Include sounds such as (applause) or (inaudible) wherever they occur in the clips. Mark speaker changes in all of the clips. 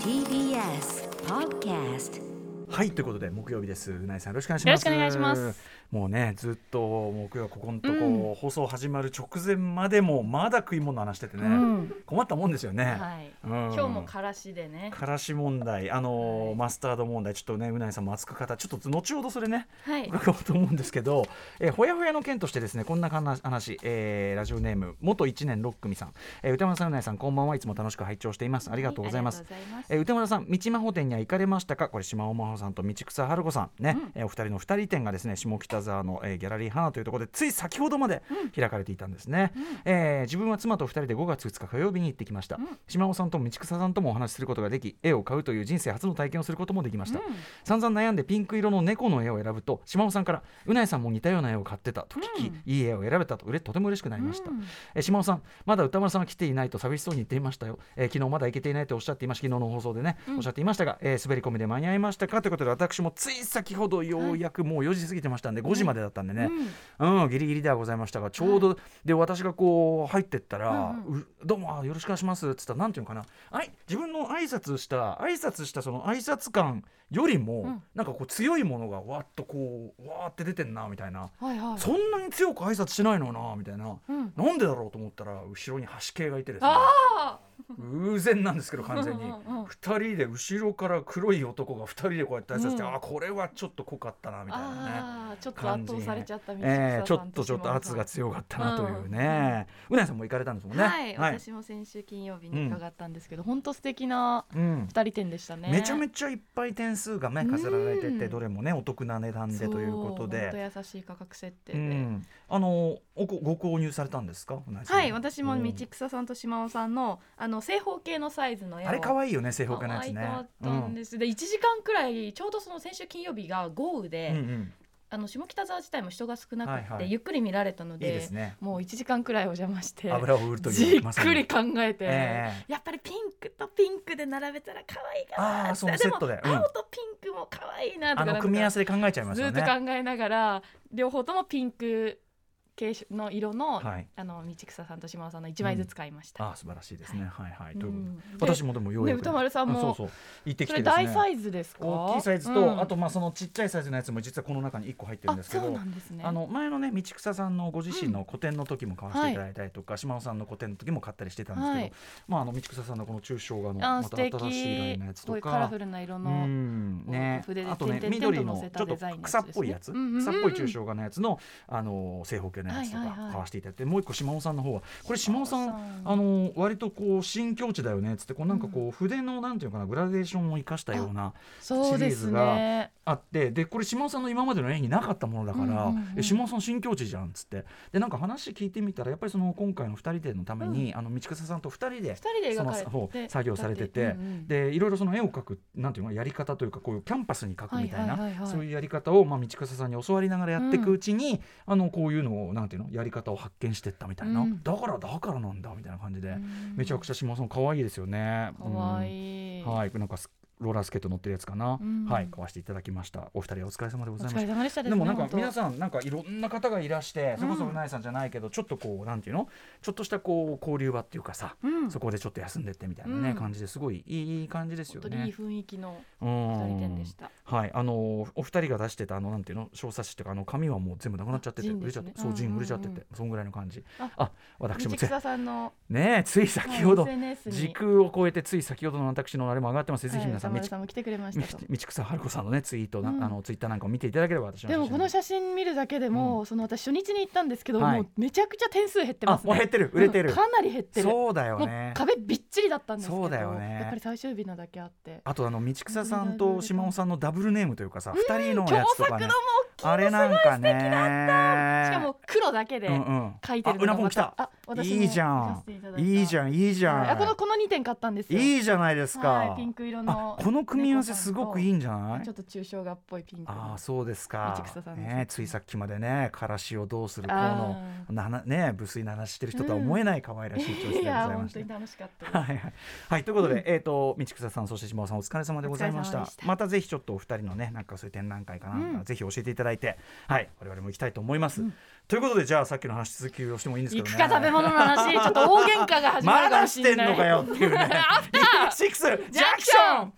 Speaker 1: TBS Podcast
Speaker 2: はいということで木曜日です。うないさんよろしくお願いします。
Speaker 3: よろしくお願いします。
Speaker 2: もうねずっと木曜ここのとこ、
Speaker 3: う
Speaker 2: 放送始まる直前までもうまだ食い物の話しててね、
Speaker 3: うん
Speaker 2: 困ったもんですよね。
Speaker 3: はい。
Speaker 2: うん
Speaker 3: 今日もからしでね。
Speaker 2: からし問題、あのー
Speaker 3: はい
Speaker 2: マスタード問題、ちょっとね、うないさんも熱く方、ちょっと後ほどそれね、
Speaker 3: はい。
Speaker 2: 伺おうと思うんですけど、えーほやほやの件としてですねこんな話話、えーラジオネーム元1年6組さん、えー、歌丸さんうないさんこんばんはいつも楽しく拝聴していますありがとうございます
Speaker 3: ありがとうございます
Speaker 2: えー、歌丸さん、道真帆店には行かれましたか、これ、島尾真帆さんと道草春子さん、ね、えーお二人の二人展がですね、下北沢の、えーギャラリー花というところで、つい先ほどまで開かれていたんですね。えー自分は妻と二人で5月2日火曜日に行ってきました。島尾さんと道草さんともお話しすることができ、絵を買うという人生初の体験をすることもできました。散々悩んでピンク色の猫の絵を選ぶと、島尾さんから、うなえさんも似たような絵を買ってたと聞き、いい絵を選べたと、うれとても嬉しくなりました。えー島尾さん、まだ歌丸さんは来ていないと寂しそうに言っていましたよ、えー昨日まだ行けていないとおっしゃっていました、昨日の放送でね、おっしゃっていましたが、えー滑り込みで間に合いましたかということで、私もつい先ほどようやくもう4時過ぎてましたんで、5時までだったんでね、うん、ギリギリではございましたが、ちょうど、で、私がこう、入ってったら、うどうも、あよろしくお願いしますって言ったら、なんていうのかな、あい自分の挨拶した、挨拶したその挨拶感よりも、なんかこう、強いものがわっとこう、わーって出てんな、みたいな。
Speaker 3: はいはい。
Speaker 2: そんなに強く挨拶しないのなみたいな、
Speaker 3: ん
Speaker 2: なんでだろうと思ったら後ろに橋系がいてですね
Speaker 3: あ
Speaker 2: 偶然なんですけど
Speaker 3: (laughs)
Speaker 2: 完全に
Speaker 3: うんうんうん
Speaker 2: 2人で後ろから黒い男が2人でこうやって挨拶して、
Speaker 3: うん
Speaker 2: あこれはちょっと濃かったなみたいなね。
Speaker 3: ああ、ちょっと
Speaker 2: 感
Speaker 3: 圧
Speaker 2: じ
Speaker 3: 倒されちゃった道草さん
Speaker 2: ええちょっとちょっと圧が強かったなというね、うなやさんも行かれたんですもんね
Speaker 3: はい。私も先週金曜日に伺ったんですけど、本当素敵な
Speaker 2: うん、
Speaker 3: 二人展でしたね。
Speaker 2: めちゃ
Speaker 3: ち
Speaker 2: めちゃいっぱい点数がね飾られてて、
Speaker 3: うん
Speaker 2: どれもねお得な値段でということで
Speaker 3: 本当優しい価格設定
Speaker 2: う
Speaker 3: で。
Speaker 2: ん、あのおこご購入されたんですかうなやさん
Speaker 3: はい、私も
Speaker 2: うん
Speaker 3: 道草さんと島尾さんの、あの正方形のサイズの絵を。
Speaker 2: あれ可愛いよね正方
Speaker 3: 可
Speaker 2: 形のやつ
Speaker 3: 愛
Speaker 2: ね
Speaker 3: かったんです、で1時間くらいちょうどその先週金曜日が豪雨で、
Speaker 2: うんうんうん
Speaker 3: あの下北沢自体も人が少なくて、
Speaker 2: はいはい
Speaker 3: ゆっくり見られたので
Speaker 2: いいですね
Speaker 3: もう1時間くらいお邪魔して
Speaker 2: 油を売るという
Speaker 3: じっ
Speaker 2: まさに
Speaker 3: くり考えて、
Speaker 2: ええ
Speaker 3: やっぱりピンクとピンクで並べたら可愛いか
Speaker 2: あ
Speaker 3: な
Speaker 2: あ
Speaker 3: って
Speaker 2: そのセットで
Speaker 3: でも
Speaker 2: うん
Speaker 3: 青とピンクも可愛いなと
Speaker 2: あ
Speaker 3: か
Speaker 2: の組み合わ
Speaker 3: せ
Speaker 2: せで考えちゃいます
Speaker 3: ず
Speaker 2: よ
Speaker 3: っと
Speaker 2: ね
Speaker 3: 考えながら両方ともピンク系の色の,、
Speaker 2: はい
Speaker 3: あの道草さんと島尾さんの1枚ずつ買いました。
Speaker 2: ああ素晴らしいですねはいはい、
Speaker 3: うん
Speaker 2: ということ
Speaker 3: で
Speaker 2: で私もでもようやく、
Speaker 3: ね歌丸さんも
Speaker 2: そうそう行ってき
Speaker 3: そ
Speaker 2: て
Speaker 3: れ
Speaker 2: ですね
Speaker 3: 大サイズですか
Speaker 2: 大きいサイズと、
Speaker 3: うん
Speaker 2: あとまあそのちっちゃいサイズのやつも実はこの中に1個入ってるんですけ
Speaker 3: あそう
Speaker 2: ど
Speaker 3: なんですね
Speaker 2: あの前のね道草さんのご自身の個展の時も買わせていただいたりとか、島尾さんの個展の時も買ったりしてたんですけど、
Speaker 3: はい
Speaker 2: まああの道草さんのこの抽象画の
Speaker 3: あー
Speaker 2: また
Speaker 3: 素
Speaker 2: 新
Speaker 3: 敵
Speaker 2: しいラインのやつ
Speaker 3: すご
Speaker 2: と
Speaker 3: いカラ
Speaker 2: か
Speaker 3: フルな色
Speaker 2: う
Speaker 3: の、
Speaker 2: んね
Speaker 3: 筆、で
Speaker 2: あとね
Speaker 3: 点々点々
Speaker 2: 緑
Speaker 3: と
Speaker 2: の
Speaker 3: 乗せ
Speaker 2: ち
Speaker 3: た
Speaker 2: ょっと
Speaker 3: デザインのやつです
Speaker 2: 草
Speaker 3: ね
Speaker 2: っぽいや
Speaker 3: う
Speaker 2: つ、
Speaker 3: んうんうんうん
Speaker 2: 草っぽい抽象画のやつの、あのー正方形のやつと
Speaker 3: はい
Speaker 2: か
Speaker 3: はいはい
Speaker 2: 買わせていただいて、もう一個島尾さんの方はこれ島
Speaker 3: 島尾
Speaker 2: 尾さん
Speaker 3: さん
Speaker 2: あのー割とこう新境地だよねっつってこうなんかこう、筆のなんていうのかなグラデーションを生かしたような
Speaker 3: そうですね。
Speaker 2: あってでこれ島尾さんの今までの演技なかったものだから、
Speaker 3: うんうんうん
Speaker 2: え島尾さん新境地じゃんっつってでなんか話聞いてみたらやっぱりその今回の2人でのために、あの道草さんと2人で
Speaker 3: 二人で描
Speaker 2: その
Speaker 3: かれて
Speaker 2: そう作業されてて、
Speaker 3: うんうん
Speaker 2: でいろいろその絵を描くなんていうのやり方というかこういうキャンパスに描くみたいな、
Speaker 3: はいはいはいはい
Speaker 2: そういうやり方を、まあ、道草さんに教わりながらやっていくうちに、あのこういうのをなんていうのやり方を発見していったみたいな、
Speaker 3: うん
Speaker 2: だからだからなんだみたいな感じで、
Speaker 3: ん
Speaker 2: めちゃくちゃ島尾さん可愛いですよね。
Speaker 3: かわ
Speaker 2: い、
Speaker 3: いい。
Speaker 2: はいなんかスローラースケート乗ってるやつかな、
Speaker 3: うん
Speaker 2: はい買わせていただきましたお二人お疲れ様でご
Speaker 3: お
Speaker 2: ざいまし
Speaker 3: 疲
Speaker 2: た
Speaker 3: れ様でしたですね。
Speaker 2: でもなんか
Speaker 3: 本当
Speaker 2: 皆さんなんかいろんな方がいらしてそれこそううんなえさんじゃないけどちょっとこうなんていうのちょっとしたこう交流場っていうかさ
Speaker 3: うん
Speaker 2: そこでちょっと休んでってみたいなね
Speaker 3: うん
Speaker 2: 感じですごいいい感じです
Speaker 3: 本当
Speaker 2: よ
Speaker 3: にいい
Speaker 2: ね。
Speaker 3: 雰囲気の
Speaker 2: う
Speaker 3: 二人
Speaker 2: ん
Speaker 3: 展でした。
Speaker 2: はいあのお二人が出してたあのなんていうの小冊子とかあの紙はもう全部なくなっちゃってて
Speaker 3: ジン
Speaker 2: 売
Speaker 3: で
Speaker 2: れち
Speaker 3: す
Speaker 2: ゃっ
Speaker 3: ね
Speaker 2: てそうジ
Speaker 3: うんう
Speaker 2: ン
Speaker 3: んうん
Speaker 2: 売れちゃっててそんぐらいの感じ
Speaker 3: あ
Speaker 2: あ私
Speaker 3: 道
Speaker 2: もつい
Speaker 3: 草さんの
Speaker 2: ねえつい先ほど
Speaker 3: はい SNS に
Speaker 2: 時空を超えてつい先ほどの私のあれも上がってますぜひ皆さ
Speaker 3: はい
Speaker 2: ん
Speaker 3: 歌
Speaker 2: 道
Speaker 3: 丸さんも来てくれましたと。
Speaker 2: 道草春子さんのねツイートな
Speaker 3: うん
Speaker 2: あのツイッターなんかを見ていただければ私の
Speaker 3: でもこの
Speaker 2: 写真
Speaker 3: 写真見るだけでも、その私初日に行ったんですけど、
Speaker 2: はい
Speaker 3: もうめちゃくちゃ点数減ってますね。
Speaker 2: あもう減ってる売れてる
Speaker 3: うんかなり減ってる。
Speaker 2: そうだよ
Speaker 3: もう
Speaker 2: ね
Speaker 3: 壁びっちりだったんですけど、
Speaker 2: そうだよね
Speaker 3: やっぱり最終日なだけあって。
Speaker 2: あとあの道草さんと島尾さんのダブルネームというかさ
Speaker 3: ん
Speaker 2: 二人の
Speaker 3: 共
Speaker 2: やつと
Speaker 3: 作
Speaker 2: か
Speaker 3: の
Speaker 2: ね
Speaker 3: も
Speaker 2: あれなんかね
Speaker 3: しかも黒だけで
Speaker 2: うんうん
Speaker 3: 書いて
Speaker 2: あ
Speaker 3: るの
Speaker 2: うな
Speaker 3: が
Speaker 2: ぽん
Speaker 3: ま
Speaker 2: 来た
Speaker 3: あ私も
Speaker 2: いいじゃ
Speaker 3: 見させて
Speaker 2: ん
Speaker 3: ただた
Speaker 2: いいじゃんいいじ
Speaker 3: はい
Speaker 2: ゃ
Speaker 3: あこの
Speaker 2: ん
Speaker 3: この二点買ったんですよ。
Speaker 2: いいじゃないです
Speaker 3: はい
Speaker 2: か
Speaker 3: ピンク色
Speaker 2: あ
Speaker 3: の
Speaker 2: この組み合わせすごくいいんじゃない
Speaker 3: ちょっと抽象画っぽいピンクの。
Speaker 2: ああそうですか
Speaker 3: 道草さんの
Speaker 2: ねついさっきまでねからしをどうするこうの
Speaker 3: あ
Speaker 2: ななね無粋な話してる人とは思えない可愛らしい調子でご
Speaker 3: い
Speaker 2: ざ
Speaker 3: や
Speaker 2: いま
Speaker 3: 本
Speaker 2: し
Speaker 3: 当
Speaker 2: た
Speaker 3: に楽しかったです。
Speaker 2: はいはい、はい、ということで、えっ、と道草さんそして島尾さんお疲れ様でございました
Speaker 3: お疲れ様でした
Speaker 2: またぜひちょっとお二人のねなんかそういう展覧会かなんか、
Speaker 3: うん
Speaker 2: ぜひ教えていただいてはい我々も行きたいと思います、ということでじゃあさっきの話続きをしてもいいんですけ
Speaker 3: 行
Speaker 2: どね
Speaker 3: くか食べ物の話ちょっと大喧嘩が始ま
Speaker 2: ま
Speaker 3: るか
Speaker 2: だ
Speaker 3: も
Speaker 2: し
Speaker 3: してれ
Speaker 2: ん
Speaker 3: ない。
Speaker 2: のかよっていうね
Speaker 3: アフタ
Speaker 2: (laughs) シックスジャンクション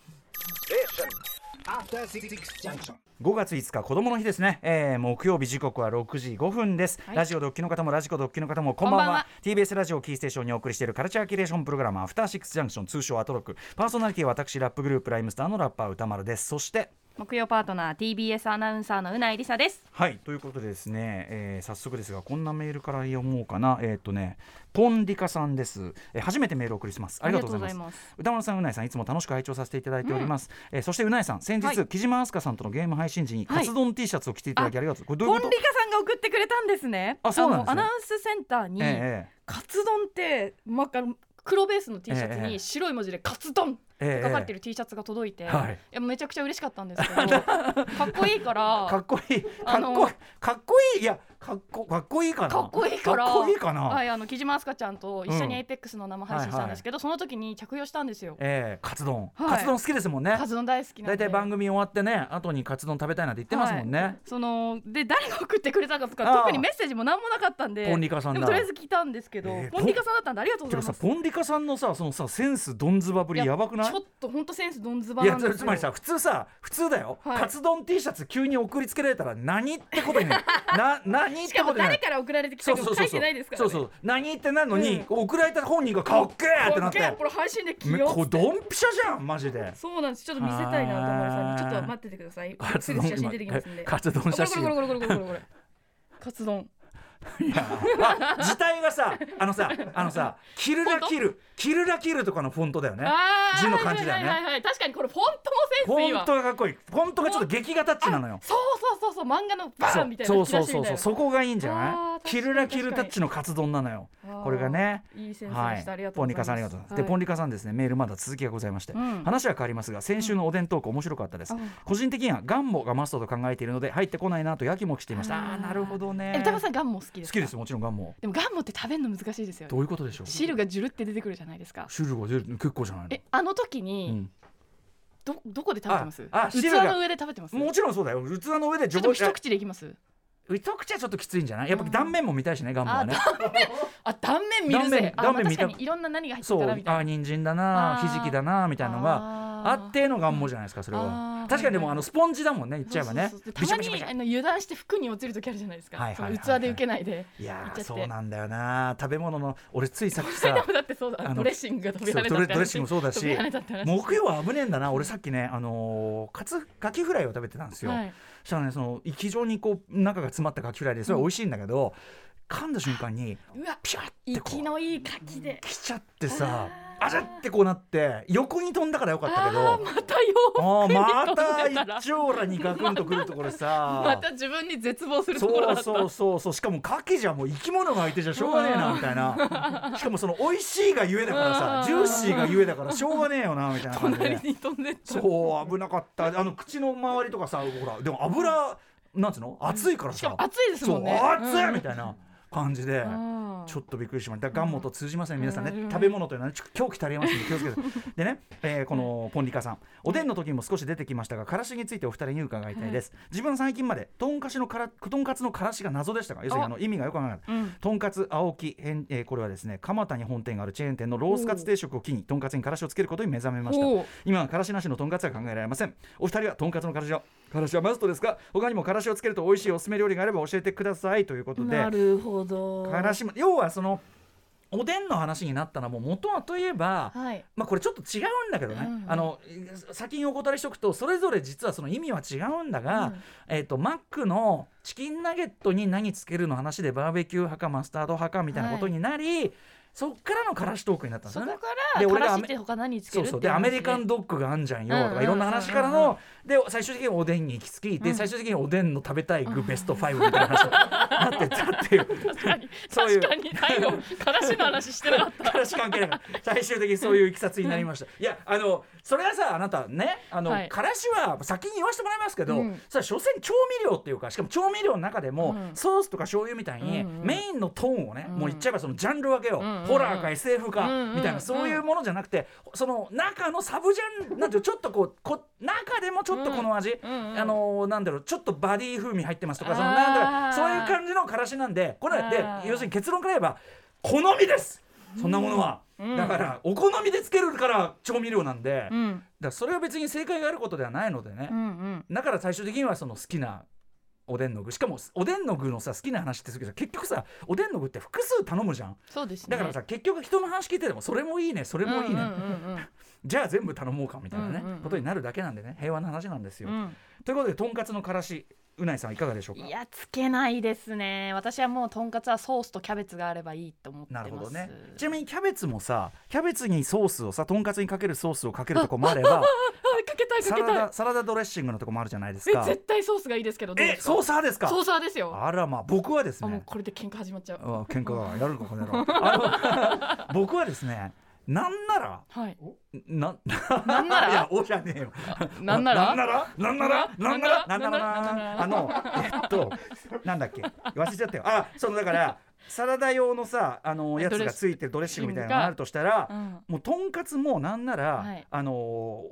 Speaker 4: After Six Junction.
Speaker 2: 5月5日子供の日ですね、えー木曜日時刻は6時5分です、
Speaker 3: はい
Speaker 2: ラジオドッキの方もラジコドッキの方もこんばんは
Speaker 3: こんばんは
Speaker 2: TBS ラジオキーステーションにお送りしているカルチャーキュレーションプログラムアフターシックスジャンクション通称アトロックパーソナリティは私ラップグループライムスターのラッパー歌丸ですそして
Speaker 3: 木曜パートナー TBS アナウンサーのうないりさです
Speaker 2: はいということでですね、えー早速ですがこんなメールから読もうかなえーっ、とねポンリカさんです、えー初めてメールを送りしますありがとうございます
Speaker 3: す
Speaker 2: 歌丸さん、うないさん、いつも楽しく拝聴させていただいております。えーそしてうないさん、先日、
Speaker 3: はい
Speaker 2: 木島明日香さんとのゲーム配信時に、
Speaker 3: はい
Speaker 2: カツ丼 T シャツを着ていただきありがとう。これどう
Speaker 3: コ
Speaker 2: い
Speaker 3: ン
Speaker 2: う
Speaker 3: リ
Speaker 2: こ
Speaker 3: カ
Speaker 2: と？
Speaker 3: さんが送ってくれたんですね
Speaker 2: あそうなんですね
Speaker 3: あのアナウンスセンターに、
Speaker 2: え
Speaker 3: カツ丼って真っ赤の黒ベースの T シャツ
Speaker 2: ええ
Speaker 3: に白い文字でカツ丼
Speaker 2: えええええ
Speaker 3: 書かれてる T シャツが届いて、
Speaker 2: はい
Speaker 3: いやめちゃくちゃ嬉しかったんですけ
Speaker 2: (laughs)
Speaker 3: どかっこいいから
Speaker 2: かっこいい、か
Speaker 3: あ
Speaker 2: っ
Speaker 3: の
Speaker 2: こいい、かっこいい、いや、かっこ、かっこいいかな。
Speaker 3: かっこいいから
Speaker 2: かっこいいかな。
Speaker 3: はい、あの木島明日香ちゃんと一緒
Speaker 2: うん
Speaker 3: に APEX の生配信したんですけど、その時に着用したんですよ。
Speaker 2: ええカツ丼、
Speaker 3: はい
Speaker 2: カツ丼好きですもんね
Speaker 3: カ。ツ丼大好きなん
Speaker 2: 大
Speaker 3: で。
Speaker 2: 体番組終わってね、後にカツ丼食べたいなんて言ってますもんね。
Speaker 3: そので誰が送ってくれたかと
Speaker 2: ああ
Speaker 3: か特にメッセージも何もなかったんで
Speaker 2: ポンリカさんだ
Speaker 3: でもとりあえず聞いたんですけど、
Speaker 2: ええ
Speaker 3: ポンリカさんだったんでありがとうご
Speaker 2: て
Speaker 3: ざい
Speaker 2: か
Speaker 3: ま
Speaker 2: さ、
Speaker 3: す
Speaker 2: ポンリカさんのさ、そのさ、センスどんずばぶりやばくない
Speaker 3: ちょっと本当センスどんずば
Speaker 2: い
Speaker 3: な
Speaker 2: や
Speaker 3: んですよ
Speaker 2: つつまりさ普通さ普通だよ、
Speaker 3: はい
Speaker 2: カツ丼 T シャツ急に送りつけられたら何ってこ
Speaker 3: (laughs)
Speaker 2: とになるな何っ
Speaker 3: してか
Speaker 2: こ
Speaker 3: も
Speaker 2: とにな
Speaker 3: 誰
Speaker 2: る
Speaker 3: から送られてき
Speaker 2: そ
Speaker 3: たか
Speaker 2: うそう
Speaker 3: も
Speaker 2: そ
Speaker 3: 書
Speaker 2: う
Speaker 3: いて
Speaker 2: そう
Speaker 3: ないですから、
Speaker 2: そ
Speaker 3: ね、
Speaker 2: うそう何ってなるのに、送られた本人がかっけーって
Speaker 3: か
Speaker 2: なっ
Speaker 3: っけえこ
Speaker 2: て
Speaker 3: れ配信で着
Speaker 2: め
Speaker 3: よ
Speaker 2: こ
Speaker 3: う
Speaker 2: れドンピシャじゃんマジで
Speaker 3: そうなんですちょっと見せたいな歌丸さんにちょっと待っててください
Speaker 2: カツ
Speaker 3: す
Speaker 2: 丼
Speaker 3: ぐ写真出てきますんで
Speaker 2: (laughs) カツ丼写真
Speaker 3: あこれこれこれこれこれこれこれカツ丼
Speaker 2: いやあ自体がさあのさあのさ「キルラキル」「キルラキル」とかのフォントだよね
Speaker 3: あー
Speaker 2: 字の感じだよね
Speaker 3: はいはいはいはい、確かにこれフォント
Speaker 2: フ
Speaker 3: もセンスいいわ
Speaker 2: ォントがかっこいいフォントがちょっと劇画タッチなのよ
Speaker 3: そうそうそうそう漫画のバ
Speaker 2: そ
Speaker 3: ー
Speaker 2: う
Speaker 3: ンみたいな
Speaker 2: そうそうそうそう
Speaker 3: う
Speaker 2: そこがいいんじゃ
Speaker 3: あー
Speaker 2: ない
Speaker 3: 確かに
Speaker 2: キルラキルタッチのカツ丼なのよこれがね
Speaker 3: いいセンスで
Speaker 2: は
Speaker 3: した、あり
Speaker 2: い
Speaker 3: が、と
Speaker 2: ポ
Speaker 3: う
Speaker 2: ン
Speaker 3: ございま
Speaker 2: リカ
Speaker 3: す
Speaker 2: さんありがとうございます。で、ポン
Speaker 3: リ
Speaker 2: リカさんですね、メールまだ続きがございまして、
Speaker 3: うん
Speaker 2: 話は変わりますが、先週のおでんトーク面白かったです
Speaker 3: あ。
Speaker 2: 個人的にはガンボがマストと考えているので、入ってこないなとやきもきしていました。あ
Speaker 3: あー
Speaker 2: あー、なるほどね。
Speaker 3: え歌丸さんガンモ好きで
Speaker 2: 好
Speaker 3: す
Speaker 2: き
Speaker 3: か
Speaker 2: です、もちろんガンボ。
Speaker 3: でもガンモって食べるの難しいですよね
Speaker 2: どういうことでしょう。
Speaker 3: 汁がジュルって出てくるじゃないですか
Speaker 2: 汁が出る、結構じゃないの
Speaker 3: えあの時
Speaker 2: う
Speaker 3: に
Speaker 2: ん
Speaker 3: どどこで食べてます
Speaker 2: ああ
Speaker 3: 器
Speaker 2: 汁が
Speaker 3: の上で食べてます
Speaker 2: もちろんそうだよ。器の上で
Speaker 3: ちょ
Speaker 2: ジ
Speaker 3: っ
Speaker 2: ョボ
Speaker 3: と
Speaker 2: 一
Speaker 3: 一
Speaker 2: 口
Speaker 3: 口でいきます
Speaker 2: 一口はちょっときついんじゃない。やっぱ断面も見たいしね、ガンボはね。
Speaker 3: あ断面見るぜあ
Speaker 2: 断面断面
Speaker 3: まあ
Speaker 2: 見た
Speaker 3: 確かにいろんな何が入って
Speaker 2: そ
Speaker 3: た
Speaker 2: う、あ
Speaker 3: らみたい
Speaker 2: ー
Speaker 3: な
Speaker 2: 人参だな、
Speaker 3: あ
Speaker 2: ひ
Speaker 3: ー
Speaker 2: じきだなみたいなのが。あ
Speaker 3: ー
Speaker 2: ってのガンボじゃないですか、それ
Speaker 3: あ
Speaker 2: は。
Speaker 3: ー
Speaker 2: 確かにでも、
Speaker 3: はいはい
Speaker 2: あのスポンジだもんね、言っちゃえば
Speaker 3: そ
Speaker 2: ね
Speaker 3: うそうそう。で
Speaker 2: ビシ
Speaker 3: たま
Speaker 2: ャビシャビシ
Speaker 3: に
Speaker 2: ャ
Speaker 3: あの油断して服に落ちる時あるじゃないですか、
Speaker 2: はいはいはいはい
Speaker 3: その器で受けないで
Speaker 2: いや
Speaker 3: 行っちゃ
Speaker 2: ー
Speaker 3: って
Speaker 2: そうなんだよな食べ物の俺ついさっき
Speaker 3: (laughs)
Speaker 2: さ
Speaker 3: だってそうだ
Speaker 2: あの
Speaker 3: ドレッシングが飛び
Speaker 2: そ
Speaker 3: 跳
Speaker 2: う
Speaker 3: ね
Speaker 2: ド
Speaker 3: た
Speaker 2: レ
Speaker 3: って
Speaker 2: ドレッシングもそうだ
Speaker 3: 飛び
Speaker 2: し
Speaker 3: 跳ねたって話
Speaker 2: 木曜は危ねえんだな俺さっきねあのーカツカキフライを食べてたんですよ、
Speaker 3: はい
Speaker 2: そしたらねその非常にこう中が詰まったカキフライでそれは美味しいんだけど、噛んだ瞬間に
Speaker 3: うわ
Speaker 2: ピシャッてこ
Speaker 3: 息
Speaker 2: う
Speaker 3: のいい牡蠣で
Speaker 2: 来ちゃってさあじゃってこうなって横に飛んだからよかったけ
Speaker 3: ああ
Speaker 2: ど
Speaker 3: またよ
Speaker 2: あーま
Speaker 3: 飛んでた
Speaker 2: た
Speaker 3: ら
Speaker 2: 一丁羅にガクンとくるところ
Speaker 3: (laughs)
Speaker 2: さ
Speaker 3: また自分に絶望するところだ
Speaker 2: そ
Speaker 3: っ
Speaker 2: う
Speaker 3: た
Speaker 2: そうそうそうしかもカキじゃもう生き物が相手じゃしょうがねえなみた
Speaker 3: (laughs)
Speaker 2: いなしかもその美味しいがゆえだからさ
Speaker 3: うん
Speaker 2: ジューシーがゆえだからしょうがねえよなみたいな
Speaker 3: (laughs)
Speaker 2: 感じ
Speaker 3: 隣
Speaker 2: で
Speaker 3: に飛んでった
Speaker 2: そう危なかったあの口の周りとかさほらでも油なんつうの熱いから
Speaker 3: しか
Speaker 2: さ
Speaker 3: も暑いですもんね
Speaker 2: そう熱いみ
Speaker 3: い
Speaker 2: たいな感じで。ちょっとびっくりしました。ガンモと通じません、皆さんね、食べ物というのは、ね、ちょ狂気たりえますので、気をつけて。 (laughs) でね、えーこのポンリカさん、おでんの時にも少し出てきましたが、からしについてお二人に伺いたいです。自分は最近まで、とんかしのから、とんかつのからしが謎でしたが、要するに、あの意味がよくわからなかった。
Speaker 3: うん
Speaker 2: とんかつ青木編、えーこれはですね蒲田に本店があるチェーン店のロースカツ定食を機にとんかつにからしをつけることに目覚めました
Speaker 3: おう
Speaker 2: 今はからしなしのとんかつは考えられませんお二人はとんかつのからしはからしはマストですか他にもからしをつけると美味しいおすすめ料理があれば教えてくださいということで
Speaker 3: なるほど
Speaker 2: からしも要はそのおでんの話になったのはもう元はといえば、
Speaker 3: はい
Speaker 2: まあ、これちょっと違うんだけどね、
Speaker 3: うん
Speaker 2: あの先にお断りしておくとそれぞれ実はその意味は違うんだが、えー、とマックのチキンナゲットに何つけるの話でバーベキュー派かマスタード派かみたいなことになり、そっからのからしトークになったんです
Speaker 3: そ
Speaker 2: よ
Speaker 3: こ
Speaker 2: ね。
Speaker 3: か
Speaker 2: で
Speaker 3: らか
Speaker 2: 俺が
Speaker 3: らしって他何つけ
Speaker 2: そ
Speaker 3: る
Speaker 2: う
Speaker 3: って
Speaker 2: そうでアメリカン
Speaker 3: ド
Speaker 2: ドッグがあんじゃんよと
Speaker 3: うんうんうん
Speaker 2: か
Speaker 3: うん
Speaker 2: いろんな話からので最終的におでんに行き着きで最終的におでんの食べたい具ベスト5みたいな話になってったっていう
Speaker 3: (laughs) 確かに
Speaker 2: (laughs) そういう
Speaker 3: 確かに最後からしの話してなかった
Speaker 2: からし関係ないから最終的にそういういきさつになりましたいやあのそれはさあなたねあの、
Speaker 3: はい
Speaker 2: からしは先に言わせてもらいますけど、
Speaker 3: うん
Speaker 2: それは所詮調味料っていうかしかも調味料の中でも、
Speaker 3: うん
Speaker 2: ソースとか醤油みたいに、
Speaker 3: うんうん
Speaker 2: メインのトーンをね、
Speaker 3: うん
Speaker 2: もう言っちゃえばそのジャンル分けを、
Speaker 3: うんうんうん
Speaker 2: ホラーか SF か、
Speaker 3: うんうん
Speaker 2: みたいな
Speaker 3: うん
Speaker 2: そういうものじゃなくてその中のサブジャンルなんていうのちょっとこうこ中でもちょっとこの味、
Speaker 3: うんうん
Speaker 2: (laughs) あのなんだろうちょっとバディ風味入ってますとかその
Speaker 3: あー
Speaker 2: なんだろうそういう感じのからしなんでこれ
Speaker 3: あ
Speaker 2: で
Speaker 3: ー
Speaker 2: 要するに結論から言えば好みですそんなものは、
Speaker 3: うん
Speaker 2: だからお好みでつけるから調味料なんで、だ
Speaker 3: う
Speaker 2: か
Speaker 3: ん
Speaker 2: らそれは別に正解があることではないのでね
Speaker 3: う、ん
Speaker 2: だから最終的にはその好きなおでんの具しかもおでんの具のさ好きな話ってするけど結局さおでんの具って複数頼むじゃん
Speaker 3: そうですね
Speaker 2: だからさ、結局人の話聞いててもそれもいいねそれもい
Speaker 3: う
Speaker 2: いね、
Speaker 3: んうん
Speaker 2: じゃあ全部頼もうかみたいなね、
Speaker 3: うんうんうん
Speaker 2: ことになるだけなんでね平和な話なんですよ、
Speaker 3: うんうん
Speaker 2: ということでとんかつのからしうないさんいかがでしょう
Speaker 3: うん
Speaker 2: か
Speaker 3: いやつけないですね私はもうとんかつはソースとキャベツがあればいいと思ってま
Speaker 2: な
Speaker 3: す
Speaker 2: るほどねちなみにキャベツもさキャベツにソースをさとんかつにかけるソースをかけ
Speaker 3: (laughs)
Speaker 2: るとこもあれば
Speaker 3: あかけたいか
Speaker 2: サ
Speaker 3: け
Speaker 2: ラ
Speaker 3: たい
Speaker 2: ダサラダドレッシングのとこもあるじゃないです
Speaker 3: え
Speaker 2: か
Speaker 3: 絶対ソースがいいですけどどう
Speaker 2: え
Speaker 3: ですか
Speaker 2: ソーサーですか
Speaker 3: ソーサーですよ
Speaker 2: あらまあ僕はです
Speaker 3: あもう
Speaker 2: ね
Speaker 3: これで喧嘩始まっちゃう
Speaker 2: あ喧嘩がやるかこの野
Speaker 3: (laughs)
Speaker 2: 郎あの僕はですねなんなら (laughs)
Speaker 3: はい
Speaker 2: な
Speaker 3: なんな
Speaker 2: いや
Speaker 3: ら
Speaker 2: おじゃねえよ
Speaker 3: なんな
Speaker 2: なんな
Speaker 3: ら
Speaker 2: らなんならなんならなんならあ
Speaker 3: なんな
Speaker 2: のえっとなんだっけ忘れちゃったよあそのだからサラダ用のさあのやつがついてるドレッシングみたいなのがあるとしたら
Speaker 3: うん
Speaker 2: もうとんかつもなんなら、
Speaker 3: はい
Speaker 2: あの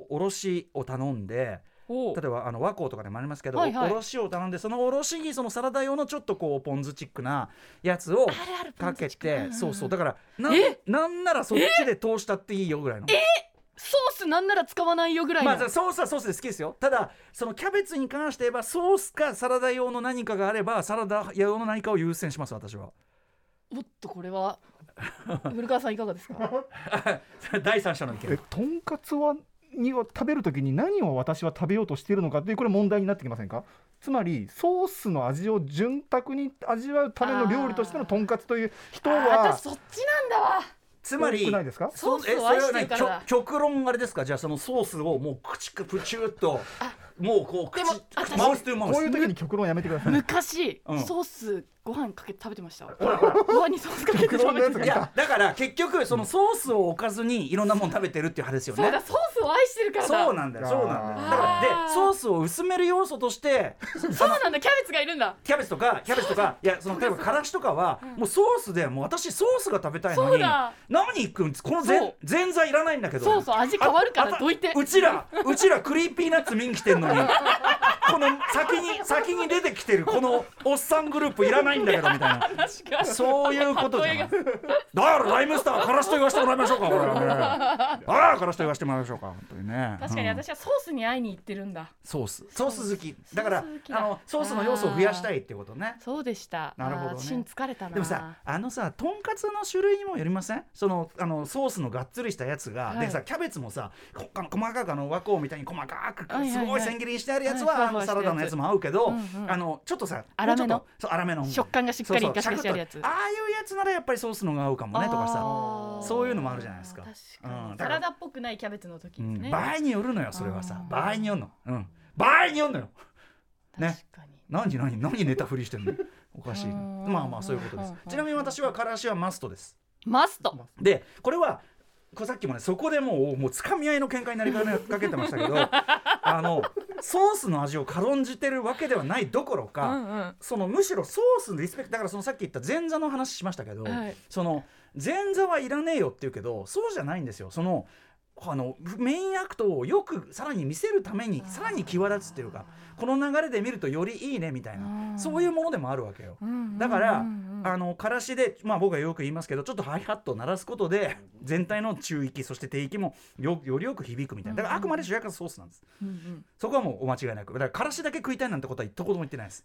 Speaker 2: おろしを頼んで
Speaker 3: おう
Speaker 2: 例えばあの和光とかでもありますけど、
Speaker 3: はいはい
Speaker 2: おろしを頼んでそのおろしにそのサラダ用のちょっとこうポン酢チックなやつを
Speaker 3: あるある
Speaker 2: かけて、
Speaker 3: んんん
Speaker 2: そうそうだからなん
Speaker 3: え
Speaker 2: なんならそっちで通したっていいよぐらいの。
Speaker 3: ソースなんなら使わないよぐらいの
Speaker 2: まあ、ソースはソースで好きですよただそのキャベツに関して言えばソースかサラダ用の何かがあればサラダ用の何かを優先します
Speaker 3: (laughs)
Speaker 2: 私は
Speaker 3: おっとこれ
Speaker 2: (laughs)
Speaker 3: は古川さんいかがですか
Speaker 2: 第三者の意
Speaker 5: え
Speaker 2: 見
Speaker 5: とんかつはには食べるときに何を私は食べようとしているのかっていうこれ問題になってきませんかつまりソースの味を潤沢に味わうための料理としてのとんかつという人
Speaker 3: あ
Speaker 5: は
Speaker 3: 私そっちなんだわ
Speaker 2: つまり
Speaker 5: 多くないですか
Speaker 2: そ
Speaker 3: ソースを
Speaker 2: え
Speaker 3: 愛
Speaker 2: そ
Speaker 3: し
Speaker 2: れ
Speaker 3: て
Speaker 2: は
Speaker 3: るから
Speaker 2: ねきょ極論あれですかじゃあそのソースをもう口くプチューっともうこう
Speaker 3: で
Speaker 2: 口
Speaker 3: も私
Speaker 2: マウスというマウ
Speaker 5: こういう
Speaker 2: ス
Speaker 5: 時に極論やめてください
Speaker 3: 昔、
Speaker 2: うん
Speaker 3: ソースご飯かけて食べてま
Speaker 2: (laughs)
Speaker 3: したご飯にソースかけて食べて
Speaker 5: 極論の
Speaker 2: い
Speaker 5: やつが
Speaker 3: た
Speaker 2: やだから結局そのソースを置かずにいろんなもの食べてるっていう話よ
Speaker 3: そう
Speaker 2: ね
Speaker 3: だソースを愛してるからだ
Speaker 2: そうなんだよそうなんだよだから
Speaker 3: あ
Speaker 2: で
Speaker 3: ー
Speaker 2: ソースを薄める要素として
Speaker 3: そうなんだキャベツがいるんだ
Speaker 2: キャベツとかキャベツとかいやその例えばからしとかは、もうソースでもう私ソースが食べたいの
Speaker 3: そ
Speaker 2: に
Speaker 3: うだ
Speaker 2: 何いくんこのぜ
Speaker 3: そうん
Speaker 2: 前菜いらないんだけど
Speaker 3: そうそう味変わるからどいて
Speaker 2: う
Speaker 3: (laughs)
Speaker 2: ちらうちらクリーピーナッツ見に来てんのにこの先に先に出てきてるこのおっさんグループいらないんだけどみたいな
Speaker 3: 話が
Speaker 2: そういうことじゃないだ
Speaker 3: 例
Speaker 2: からライムスターからしと言わせてもらいましょうかこれはねああからしと言わせてもらいましょうか本当にね
Speaker 3: 確かに
Speaker 2: うん
Speaker 3: 私はソースに会いに行ってるんだ
Speaker 2: ソースソース好きだから
Speaker 3: ソース好き
Speaker 2: あ
Speaker 3: だ
Speaker 2: のソースの要素を増やしたいってことね
Speaker 3: そうでした
Speaker 2: なるほどね
Speaker 3: あー芯疲れたな
Speaker 2: でもさあのさとんかつの種類にもよりませんそのあのソースのがっつりしたやつが、
Speaker 3: はい
Speaker 2: でさキャベツもさこあの細かくあの和光みたいに細かく
Speaker 3: はいはい
Speaker 2: すごい千切りにしてあるや
Speaker 3: は
Speaker 2: つ
Speaker 3: い
Speaker 2: はあ
Speaker 3: ふわ
Speaker 2: の
Speaker 3: ふわし
Speaker 2: サ
Speaker 3: た
Speaker 2: ラダのやつも合うけど、
Speaker 3: うんうん
Speaker 2: あのちょっとさ
Speaker 3: 粗めの
Speaker 2: もうちょっとそう粗めの
Speaker 3: 食感がしっかり生かしてるや
Speaker 2: そ
Speaker 3: つ
Speaker 2: うそうシャクッとああいうやつならやっぱりソースのが合うかもねとかさ、
Speaker 3: あー
Speaker 2: そういうのもあるじゃないですか
Speaker 3: 確かに
Speaker 2: う
Speaker 3: サ
Speaker 2: んだから
Speaker 3: ラダっぽくないキャベツの時です
Speaker 2: うん
Speaker 3: ね、
Speaker 2: 場合によるのよそれはさ
Speaker 3: あー
Speaker 2: 場合によるのうん場合によるのよね
Speaker 3: 確かに
Speaker 2: 何何何ネタふりしてんのおかしいな
Speaker 3: うん
Speaker 2: まあまあそういうことです
Speaker 3: うん
Speaker 2: ちなみに私はからしはマストです
Speaker 3: マスト
Speaker 2: でこれはこれさっきもねそこでもうもうつかみ合いの喧嘩になりかけてまし
Speaker 3: (laughs)
Speaker 2: たけどあのソースの味を軽んじてるわけではないどころ
Speaker 3: う
Speaker 2: か、
Speaker 3: んうん
Speaker 2: そのむしろソースのリスペクトだからそのさっき言った前座の話しましたけど、
Speaker 3: はい
Speaker 2: その前座はいらねえよって言うけどそうじゃないんですよそのあのメインアクトをよくさらに見せるためにさらに際立つっていうかこの流れで見るとよりいいねみたいなそういうものでもあるわけよ。だから、あのからしで、まあ、僕はよく言いますけどちょっとハイハットを鳴らすことで全体の中域そして低域もよよりよく響くみたいなだからあくまで主役はソースなんです、
Speaker 3: うんうん
Speaker 2: そこはもうお間違いなくだからからしだけ食いたいなんてことは一言も言ってないです、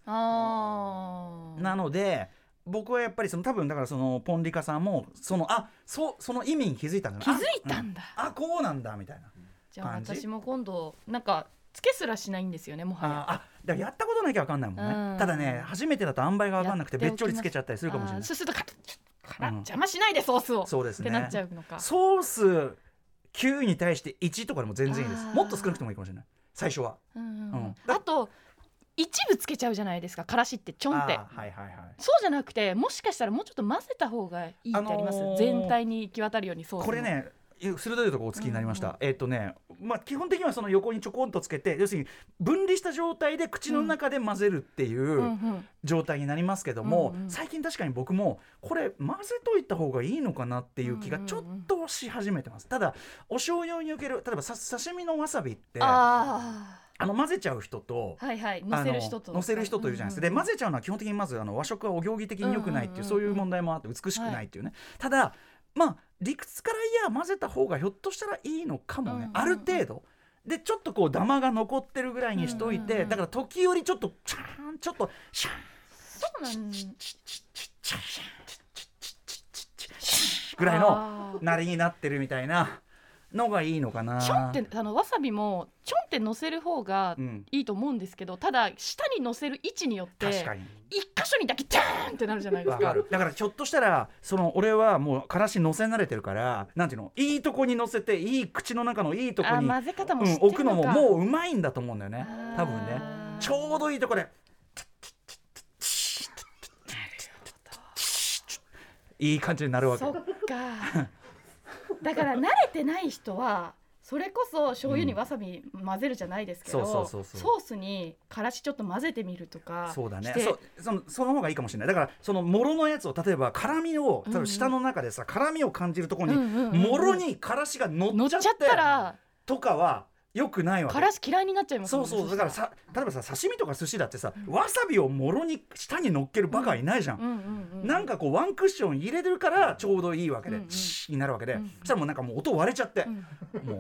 Speaker 3: あー
Speaker 2: なので僕はやっぱりその多分だからそのポンリカさんもそのあそうその意味に気づいたんだ
Speaker 3: 気づいたんだ
Speaker 2: あ,、あこうなんだみたいな
Speaker 3: じゃあ
Speaker 2: 感じ
Speaker 3: 私も今度なんかつけすらしないんですよねもは
Speaker 2: あ
Speaker 3: や
Speaker 2: あだからやったことなきゃ分かんないもんね、
Speaker 3: うん
Speaker 2: ただね初めてだと塩梅が分かんなくて
Speaker 3: や
Speaker 2: べ
Speaker 3: って
Speaker 2: っ
Speaker 3: おき
Speaker 2: ちょりつけちゃったりするかもしれ
Speaker 3: あ
Speaker 2: な
Speaker 3: ー
Speaker 2: い
Speaker 3: そうするとカッカラ
Speaker 2: うん
Speaker 3: 邪魔しないでソースを
Speaker 2: そうですね
Speaker 3: ってなっちゃうのか
Speaker 2: ソース9に対して1とかでも全然いいです
Speaker 3: あー
Speaker 2: もっと少なくてもいいかもしれない最初は
Speaker 3: うんうん
Speaker 2: うん
Speaker 3: うんあと一部つけちゃうじゃないですかからしってちょんって
Speaker 2: あーはいはいはい
Speaker 3: そうじゃなくてもしかしたらもうちょっと混ぜた方がいいってあります、
Speaker 2: あのー
Speaker 3: 全体に行き渡るようにソースも
Speaker 2: これね鋭いとこおつきになりました、えっ、とね、まあ、基本的にはその横にちょこんとつけて要するに分離した状態で口の中で混ぜるっていう、
Speaker 3: うんうん
Speaker 2: 状態になりますけども、
Speaker 3: うんうん
Speaker 2: 最近確かに僕もこれ混ぜといた方がいいのかなっていう気がちょっとし始めてます、ただお醤油における例えばさ刺身のわさびってあ
Speaker 3: あ
Speaker 2: の混ぜちゃう人と
Speaker 3: あはいはい乗せる人
Speaker 2: あ
Speaker 3: と
Speaker 2: の乗せる人というじゃないですか、で混ぜちゃうのは基本的にまずあの和食はお行儀的に良くないっていう、
Speaker 3: うんうんうん
Speaker 2: そういう問題もあって美しくないっていうね、ただまあ理屈から言や混ぜた方がひょっとしたらいいのかもね、
Speaker 3: うんうんうん
Speaker 2: ある程度でちょっとこうダマが残ってるぐらいにしといて、
Speaker 3: うんうんうん
Speaker 2: だから時折ちょっとチャーンちょっとシャーン
Speaker 3: そうなん
Speaker 2: ぐらいの
Speaker 3: あー
Speaker 2: なりになってるみたいなのがいいのかな。
Speaker 3: ちょんってあのわさびもちょんって乗せる方が
Speaker 2: うん
Speaker 3: いいと思うんですけど、ただ下に乗せる位置によって
Speaker 2: 確かに
Speaker 3: 一箇所にだけジャーンってなるじゃないで
Speaker 2: わ
Speaker 3: す
Speaker 2: か
Speaker 3: か。
Speaker 2: るだからひょっとしたらその俺はもうからし乗せ慣れてるからなんていうのいいとこに乗せていい口の中のいいとこ
Speaker 3: あ
Speaker 2: に、
Speaker 3: 混ぜ方も
Speaker 2: う
Speaker 3: 知
Speaker 2: ん
Speaker 3: っ、て
Speaker 2: 置く
Speaker 3: る
Speaker 2: の
Speaker 3: の
Speaker 2: も
Speaker 3: か。
Speaker 2: もううまいんだと思うんだよね
Speaker 3: あー
Speaker 2: 多分ねちょうどいいとこでいい感じになるわけ
Speaker 3: そっか。だから慣れてない人はそれこそ醤油にわさび混ぜるじゃないですけど、
Speaker 2: うんそうそうそうそう
Speaker 3: ソースにからしちょっと混ぜてみるとか
Speaker 2: そうだね
Speaker 3: して
Speaker 2: そそのその方がいいかもしれないだからそのもろのやつを例えば辛みを例えば舌の中でさ、辛みを感じるところに、
Speaker 3: うんうんうんうん
Speaker 2: もろにからしが乗
Speaker 3: 乗
Speaker 2: っ
Speaker 3: っち
Speaker 2: ちゃ
Speaker 3: ゃ
Speaker 2: っ
Speaker 3: ってたら
Speaker 2: とかはよくないわけ
Speaker 3: からし嫌いになっちゃいます
Speaker 2: そ
Speaker 3: もん
Speaker 2: う
Speaker 3: ね
Speaker 2: そうだ
Speaker 3: し
Speaker 2: か
Speaker 3: た
Speaker 2: らさ例えばさ刺身とか寿司だってさ、わさびをもろに舌に乗っけるバカいないじゃん、
Speaker 3: うんうんうん、
Speaker 2: なんかこうワンクッション入れてるからちょうどいいわけで、
Speaker 3: うんうん
Speaker 2: チーになるわけで、
Speaker 3: うん
Speaker 2: そしたらもうなんかもう音割れちゃって、
Speaker 3: ん
Speaker 2: も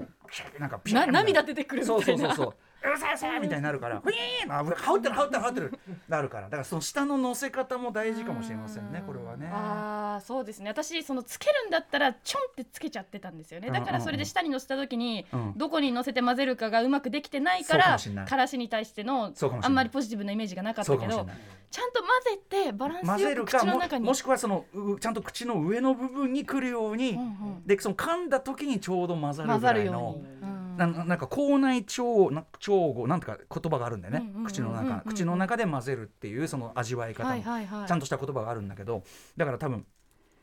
Speaker 2: うなんかビ
Speaker 3: な
Speaker 2: ーンみたい
Speaker 3: 涙出てくるみたい
Speaker 2: そ
Speaker 3: な
Speaker 2: うそうそうそううるさいうるさいみたいになるからウィーンあ羽織ってる羽織ってる羽織ってるなるからだからその下の乗せ方も大事かもしれませんねこれはね
Speaker 3: ああそうですね私そのつけるんだったらちょんってつけちゃってたんですよねだからそれで下に乗せた時に
Speaker 2: うん
Speaker 3: どこに乗せて混ぜるかがうまくできてないか
Speaker 2: そうかも
Speaker 3: ら
Speaker 2: しんない
Speaker 3: からしに対しての
Speaker 2: そうかもしんない
Speaker 3: あんまりポジティブなイメージがなかっ
Speaker 2: そ
Speaker 3: た
Speaker 2: うか
Speaker 3: け
Speaker 2: もしれ
Speaker 3: ど
Speaker 2: ない
Speaker 3: ちゃんと混ぜてバラン
Speaker 2: 混
Speaker 3: ス
Speaker 2: ぜ
Speaker 3: よ
Speaker 2: る
Speaker 3: く
Speaker 2: か
Speaker 3: 口の
Speaker 2: も
Speaker 3: 中に
Speaker 2: もしくはそのうちゃんと口の上の部分に来るように、
Speaker 3: うんうん
Speaker 2: でその噛んだ時にちょうど混ざる
Speaker 3: 混
Speaker 2: ぐら
Speaker 3: ざ
Speaker 2: い
Speaker 3: る
Speaker 2: の
Speaker 3: ように。うん
Speaker 2: ななんか口内調な調語なんとか言葉があるんだよね
Speaker 3: うんうんうんうん
Speaker 2: 口の中口の中で混ぜるっていうその味わい方も、
Speaker 3: はいはいはい
Speaker 2: ちゃんとした言葉があるんだけどだから多分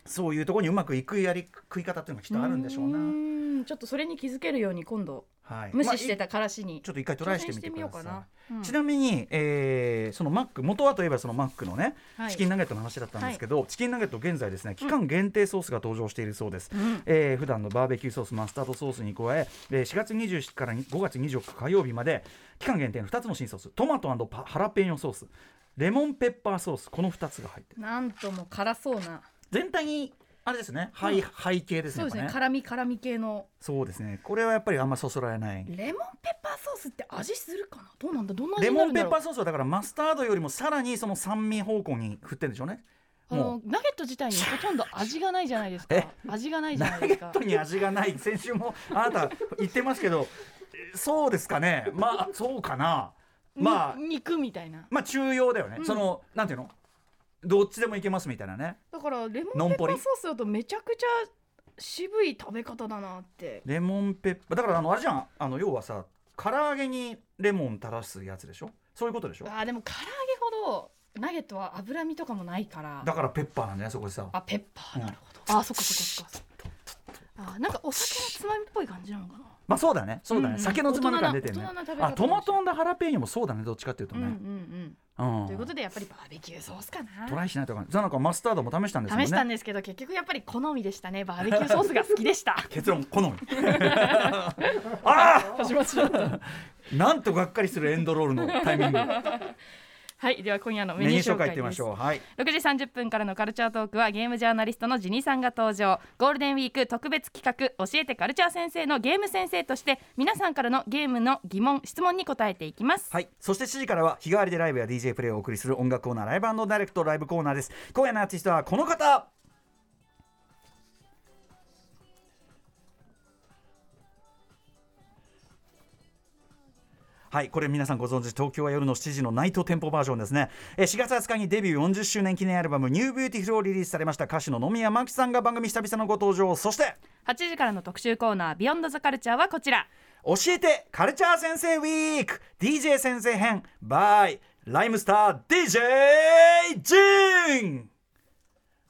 Speaker 2: そういうところにうまくいくやり食い方っていうのがきっとあるんでしょうな。
Speaker 3: ーんちょっとそれに気づけるように今度
Speaker 2: はい、
Speaker 3: 無視して
Speaker 2: まあ
Speaker 3: たからしに
Speaker 2: いちょっと一回トライしてみてくだ
Speaker 3: 挑戦
Speaker 2: さい
Speaker 3: してみようかなうん
Speaker 2: ちなみに、えーそのマック元はといえばそのマックのね、
Speaker 3: はい
Speaker 2: チキンナゲットの話だったんですけど、チキンナゲット現在ですね期間限定ソースが登場しているそうです、えー普段のバーベキューソースマスタードソースに加ええー4月27日から5月24日火曜日まで期間限定の2つの新ソーストマトパハラペーニョソースレモンペッパーソースこの2つが入ってる
Speaker 3: なんとも辛そうな
Speaker 2: 全体にあれですね背,、背景ですね
Speaker 3: そうです
Speaker 2: や
Speaker 3: ね
Speaker 2: っぱ
Speaker 3: 辛み辛み系の
Speaker 2: そうですねこれはやっぱりあんまそそられない
Speaker 3: レモンペッパーソースって味するかなどうなんだどんな味
Speaker 2: レ
Speaker 3: になる
Speaker 2: モン
Speaker 3: ん
Speaker 2: ペ
Speaker 3: だ
Speaker 2: ッ
Speaker 3: ろう
Speaker 2: パーソースはだからマスタードよりもさらにその酸味方向に振ってるんでしょうね
Speaker 3: あ
Speaker 2: も
Speaker 3: のナゲット自体にほとんど味がないじゃないですか
Speaker 2: え
Speaker 3: 味がな
Speaker 2: う
Speaker 3: いじゃな
Speaker 2: ナ
Speaker 3: い
Speaker 2: ゲ
Speaker 3: です
Speaker 2: ッ
Speaker 3: か
Speaker 2: トに味がない先週もあなた言ってますけどえそうですかねまあそうかなまあ
Speaker 3: に肉みたいな
Speaker 2: まあ中庸だよね、そのなんていうのどっちでもいけますみたいなね
Speaker 3: だからレモ
Speaker 2: の
Speaker 3: ン
Speaker 2: ん
Speaker 3: ペッ
Speaker 2: ぽ
Speaker 3: パー
Speaker 2: り
Speaker 3: ソースだとめちゃくちゃ渋い食べ方だなって
Speaker 2: レモンペッパーだからあのあれじゃんあの要はさ唐揚げにレモン垂らすやつでしょそういうことでしょ
Speaker 3: あーでも唐揚げほどナゲットは脂身とかもないから
Speaker 2: だからペッパーなんじゃないそこでさ
Speaker 3: あペッパーなるほど、あそっかそっかそっかあーなんかお酒のつまみっぽい感じなのかな
Speaker 2: まあそうだねそうだね、
Speaker 3: うんうん
Speaker 2: 酒のつまみ感出てるね
Speaker 3: 大人な大人な食べ方
Speaker 2: あトマトハラペーニョもそうだねどっちかっていうと
Speaker 3: うんうん
Speaker 2: ね、う
Speaker 3: うんんということでやっぱりバーベキューソースかな
Speaker 2: トライしないとわかんない。ザナコはマスタードも試したんですもんね。
Speaker 3: 試したんですけど結局やっぱり好みでしたねバーベキューソースが好きでした
Speaker 2: (laughs) 結論
Speaker 3: (laughs)
Speaker 2: 好み。あ
Speaker 3: 始まっちゃった
Speaker 2: あ、 (laughs) なんとがっかりするエンドロールのタイミ
Speaker 3: (laughs)
Speaker 2: ング。
Speaker 3: はいでは今夜のメ
Speaker 2: メ
Speaker 3: ニ
Speaker 2: ニュ
Speaker 3: ュー
Speaker 2: ー紹
Speaker 3: 紹
Speaker 2: 介
Speaker 3: 介
Speaker 2: いってみま
Speaker 3: で
Speaker 2: し
Speaker 3: す
Speaker 2: ょう。はい。
Speaker 3: 6時30分からのカルチャートークはゲームジャーナリストのジニさんが登場ゴールデンウィーク特別企画教えてカルチャー先生のゲーム先生として皆さんからのゲームの疑問質問に答えていきます
Speaker 2: はい。そして7時からは日替わりでライブや DJ プレイをお送りする音楽コーナーライブダイレクトライブコーナーです。今夜のアーティストはこの方。はい、これ皆さんご存知東京は夜の7時のナイトテンポバージョンですねえー4月20日にデビュー40周年記念アルバム「ニュービューティフルをリリースされました歌手の野宮真貴さんが番組久々のご登場そして
Speaker 3: 8時からの特集コーナービヨンドザカルチャーはこちら
Speaker 2: 教えてカルチャー先生ウィーク DJ 先生編 by ライムスター DJ ジン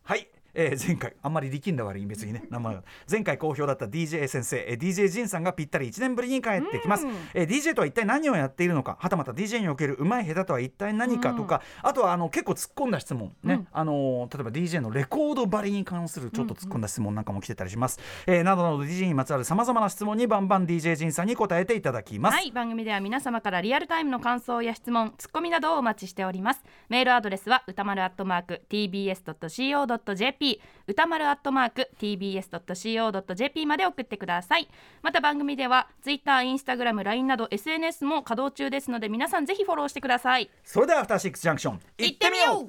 Speaker 2: はい、えー前回あんまり力んだ割に別
Speaker 3: (laughs)
Speaker 2: にね名前が前回好評だった DJ 先生、えー DJ ジンさんがぴったり1年ぶりに帰ってきます、えー DJ とは一体何をやっているのかはたまた DJ におけるうまい下手とは一体何かとか、あとはあの結構突っ込んだ質問ね、あのー例えば DJ のレコード張りに関するちょっと突っ込んだ質問なんかも来てたりします、えーなどなど DJ にまつわるさまざまな質問にバンバン DJ ジンさんに答えていただきます、
Speaker 3: はい番組では皆様からリアルタイムの感想や質問ツッコミなどをお待ちしておりますメールアドレスは歌丸アットマーク tbs.co.jp JP 歌丸アットマーク TBS.CO.JP まで送ってくださいまた番組では Twitter、Instagram、LINE など SNS も稼働中ですので皆さんぜひフォローしてください
Speaker 2: それではアフターシックスジャンクション
Speaker 3: 行ってみよう
Speaker 4: Station.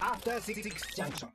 Speaker 4: After Six Junction.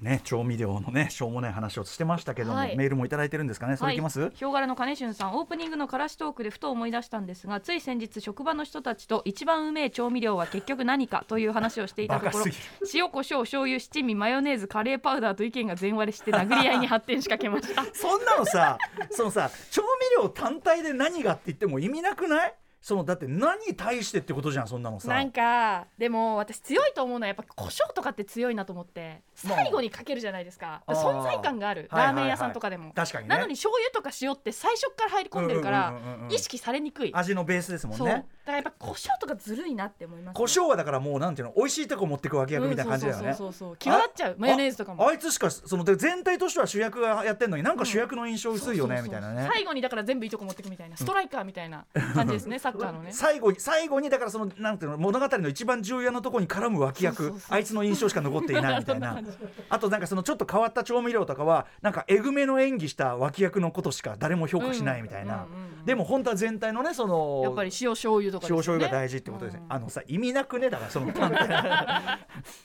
Speaker 2: ね調味料のねしょうもない話をしてましたけども、
Speaker 3: はい
Speaker 2: メールもいただいてるんですかねそれいきます、
Speaker 3: はい、ヒョウ柄の金俊さんオープニングのからしトークでふと思い出したんですがつい先日職場の人たちと一番うめえ調味料は結局何かという話をしていたとこ
Speaker 2: バ
Speaker 3: ろ
Speaker 2: カす
Speaker 3: 塩コショウ醤油七味マヨネーズカレーパウダーと意見が全割れして殴り合いに発展しかけました
Speaker 2: そんなのさ (laughs) そのさ調味料単体で何がって言っても意味なくないそのだって何に対してってことじゃんそんなのさ
Speaker 3: なんかでも私強いと思うのはやっぱ胡椒とかって強いなと思って
Speaker 2: まあ
Speaker 3: 最後にかけるじゃないですか
Speaker 2: あー
Speaker 3: 存在感がある
Speaker 2: はいはい
Speaker 3: ラ
Speaker 2: は
Speaker 3: ー
Speaker 2: い
Speaker 3: メン屋さんとかでも
Speaker 2: 確かにね
Speaker 3: なのに醤油とか塩って最初から入り込んでるから
Speaker 2: うんうんうんうんうん
Speaker 3: 意識されにくい
Speaker 2: 味のベースですもん
Speaker 3: そうだか
Speaker 2: ね
Speaker 3: らやっぱ胡椒とかずるいなって思いますね
Speaker 2: 胡椒はだからもうなんていうの美味しいとこ持ってく脇役みたいな感じだよ
Speaker 3: うん
Speaker 2: ね
Speaker 3: そうそうそうそう際立っちゃうマヨネーズとか
Speaker 2: あ
Speaker 3: も
Speaker 2: あいつしかそので全体としては主役がやってんのになんか主役の印象薄いよね、
Speaker 3: そう
Speaker 2: み
Speaker 3: そう
Speaker 2: た
Speaker 3: そう
Speaker 2: いなね
Speaker 3: 最後にだから全部いいとこ持ってくみたいなストライカーみたいな感じですねサッカーのね
Speaker 2: 最後に最後にだからそのなんていうの物語の一番重要なところに絡む脇役
Speaker 3: そうそうそう
Speaker 2: あいつの印象しか残っていないみた
Speaker 3: (laughs)
Speaker 2: いな
Speaker 3: そんな感
Speaker 2: あとなんかそのちょっと変わった調味料とかはなんかえぐめの演技した脇役のことしか誰も評価しないみたいな、
Speaker 3: うんうんうんうん
Speaker 2: でも本当は全体のねその
Speaker 3: やっぱり塩醤油とかです
Speaker 2: 少
Speaker 3: よね
Speaker 2: 々が大事ってことですね。あのさ意味なくねだからその
Speaker 3: (laughs)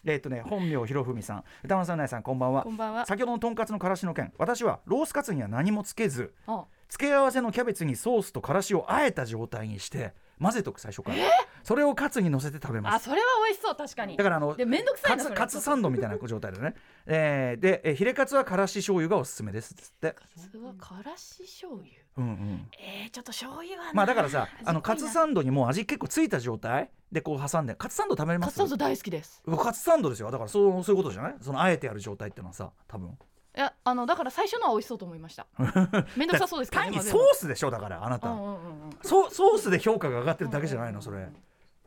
Speaker 2: えっとね本名ひろふみさん、歌丸さんなえさんこんばんは。
Speaker 3: こんばんは
Speaker 2: 先ほどのとんかつのからしの件、私はロースカツには何もつけず、
Speaker 3: うんあ
Speaker 2: 付け合わせのキャベツにソースとからしをあえた状態にして混ぜとく最初から。それをカツに乗せて食べます
Speaker 3: あ。それは美味しそう確かに
Speaker 2: だからあの
Speaker 3: でめんどくさい
Speaker 2: カ
Speaker 3: な
Speaker 2: ツ
Speaker 3: それ
Speaker 2: カツサンドみたいな状態でね、えーでえヒレカツはからし醤油がおすすめですつって、
Speaker 3: カツはからし醤油
Speaker 2: うんうん、
Speaker 3: えー、ちょっと醤油はな
Speaker 2: まあだからさあのカツサ
Speaker 3: ン
Speaker 2: ンドにもう味結構ついた状態でこう挟んでカツサンド食べれ
Speaker 3: ド
Speaker 2: ま
Speaker 3: カツ
Speaker 2: す
Speaker 3: サンド大好きです
Speaker 2: カツサンドですよだからそうそういうことじゃないそのあえてやる状態っていうのはさ多分
Speaker 3: いやあのだから最初のは美味しそうと思いました
Speaker 2: (laughs)
Speaker 3: めんどくさそうですけどね
Speaker 2: 単に
Speaker 3: 混ぜ
Speaker 2: ソ
Speaker 3: る
Speaker 2: ー
Speaker 3: の
Speaker 2: スでしょだからあなた、
Speaker 3: うんうんうんうん
Speaker 2: そうソースで評価が上がってるだけじゃないのそれ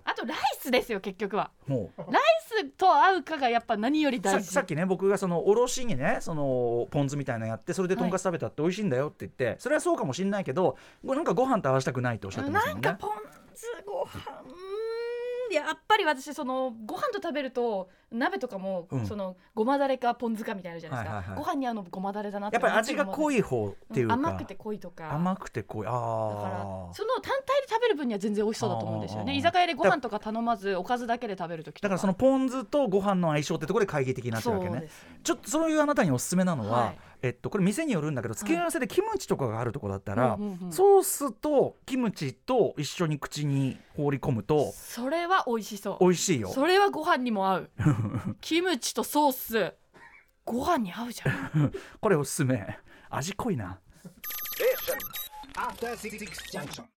Speaker 3: あとライスですよ結局は
Speaker 2: もう
Speaker 3: ライスと合うかがやっぱ何より
Speaker 2: さ
Speaker 3: 大事
Speaker 2: さっきね僕がそのおろしにねそのポン酢みたいなのやってそれでとんかつ食べたって美味しいんだよって言って、それはそうかもしれないけどごなんかご飯と合わせたくないとおっしゃってまし
Speaker 3: な
Speaker 2: た
Speaker 3: ん
Speaker 2: もんね
Speaker 3: かポン酢ご飯うーんやっぱり私そのご飯と食べると鍋とかも、
Speaker 2: うん
Speaker 3: そのごまだれかポン酢かみたいなのあるじゃないですか、
Speaker 2: はいはいはい
Speaker 3: ご飯に合うのごまだれだな
Speaker 2: やっぱり味が濃
Speaker 3: い
Speaker 2: い方っていうか、
Speaker 3: 甘くて濃いとか
Speaker 2: 甘くて濃いあ
Speaker 3: だから
Speaker 2: あ
Speaker 3: その単体で食べる分には全然美味しそうだと思うんですよ
Speaker 2: あ
Speaker 3: ね
Speaker 2: ー
Speaker 3: 居酒屋でご飯とか頼まずおかずだけで食べる時とき
Speaker 2: だからそのポン酢とご飯の相性ってところで懐疑的になってるわけ
Speaker 3: そう
Speaker 2: ね
Speaker 3: です
Speaker 2: ちょっとそういうあなたにおすすめなのは、
Speaker 3: はい
Speaker 2: えっと、これ店によるんだけど付け合わせでキムチとかがあるとこだったら、
Speaker 3: うんうんうん
Speaker 2: ソースとキムチと一緒に口に放り込むと
Speaker 3: それは美味しそう
Speaker 2: 美味しいよ。
Speaker 3: それはご飯にも合
Speaker 2: (laughs)
Speaker 3: うキムチとソースご飯に合うじゃん
Speaker 2: これおすすめ味濃いな。
Speaker 4: Station. After Six Junction.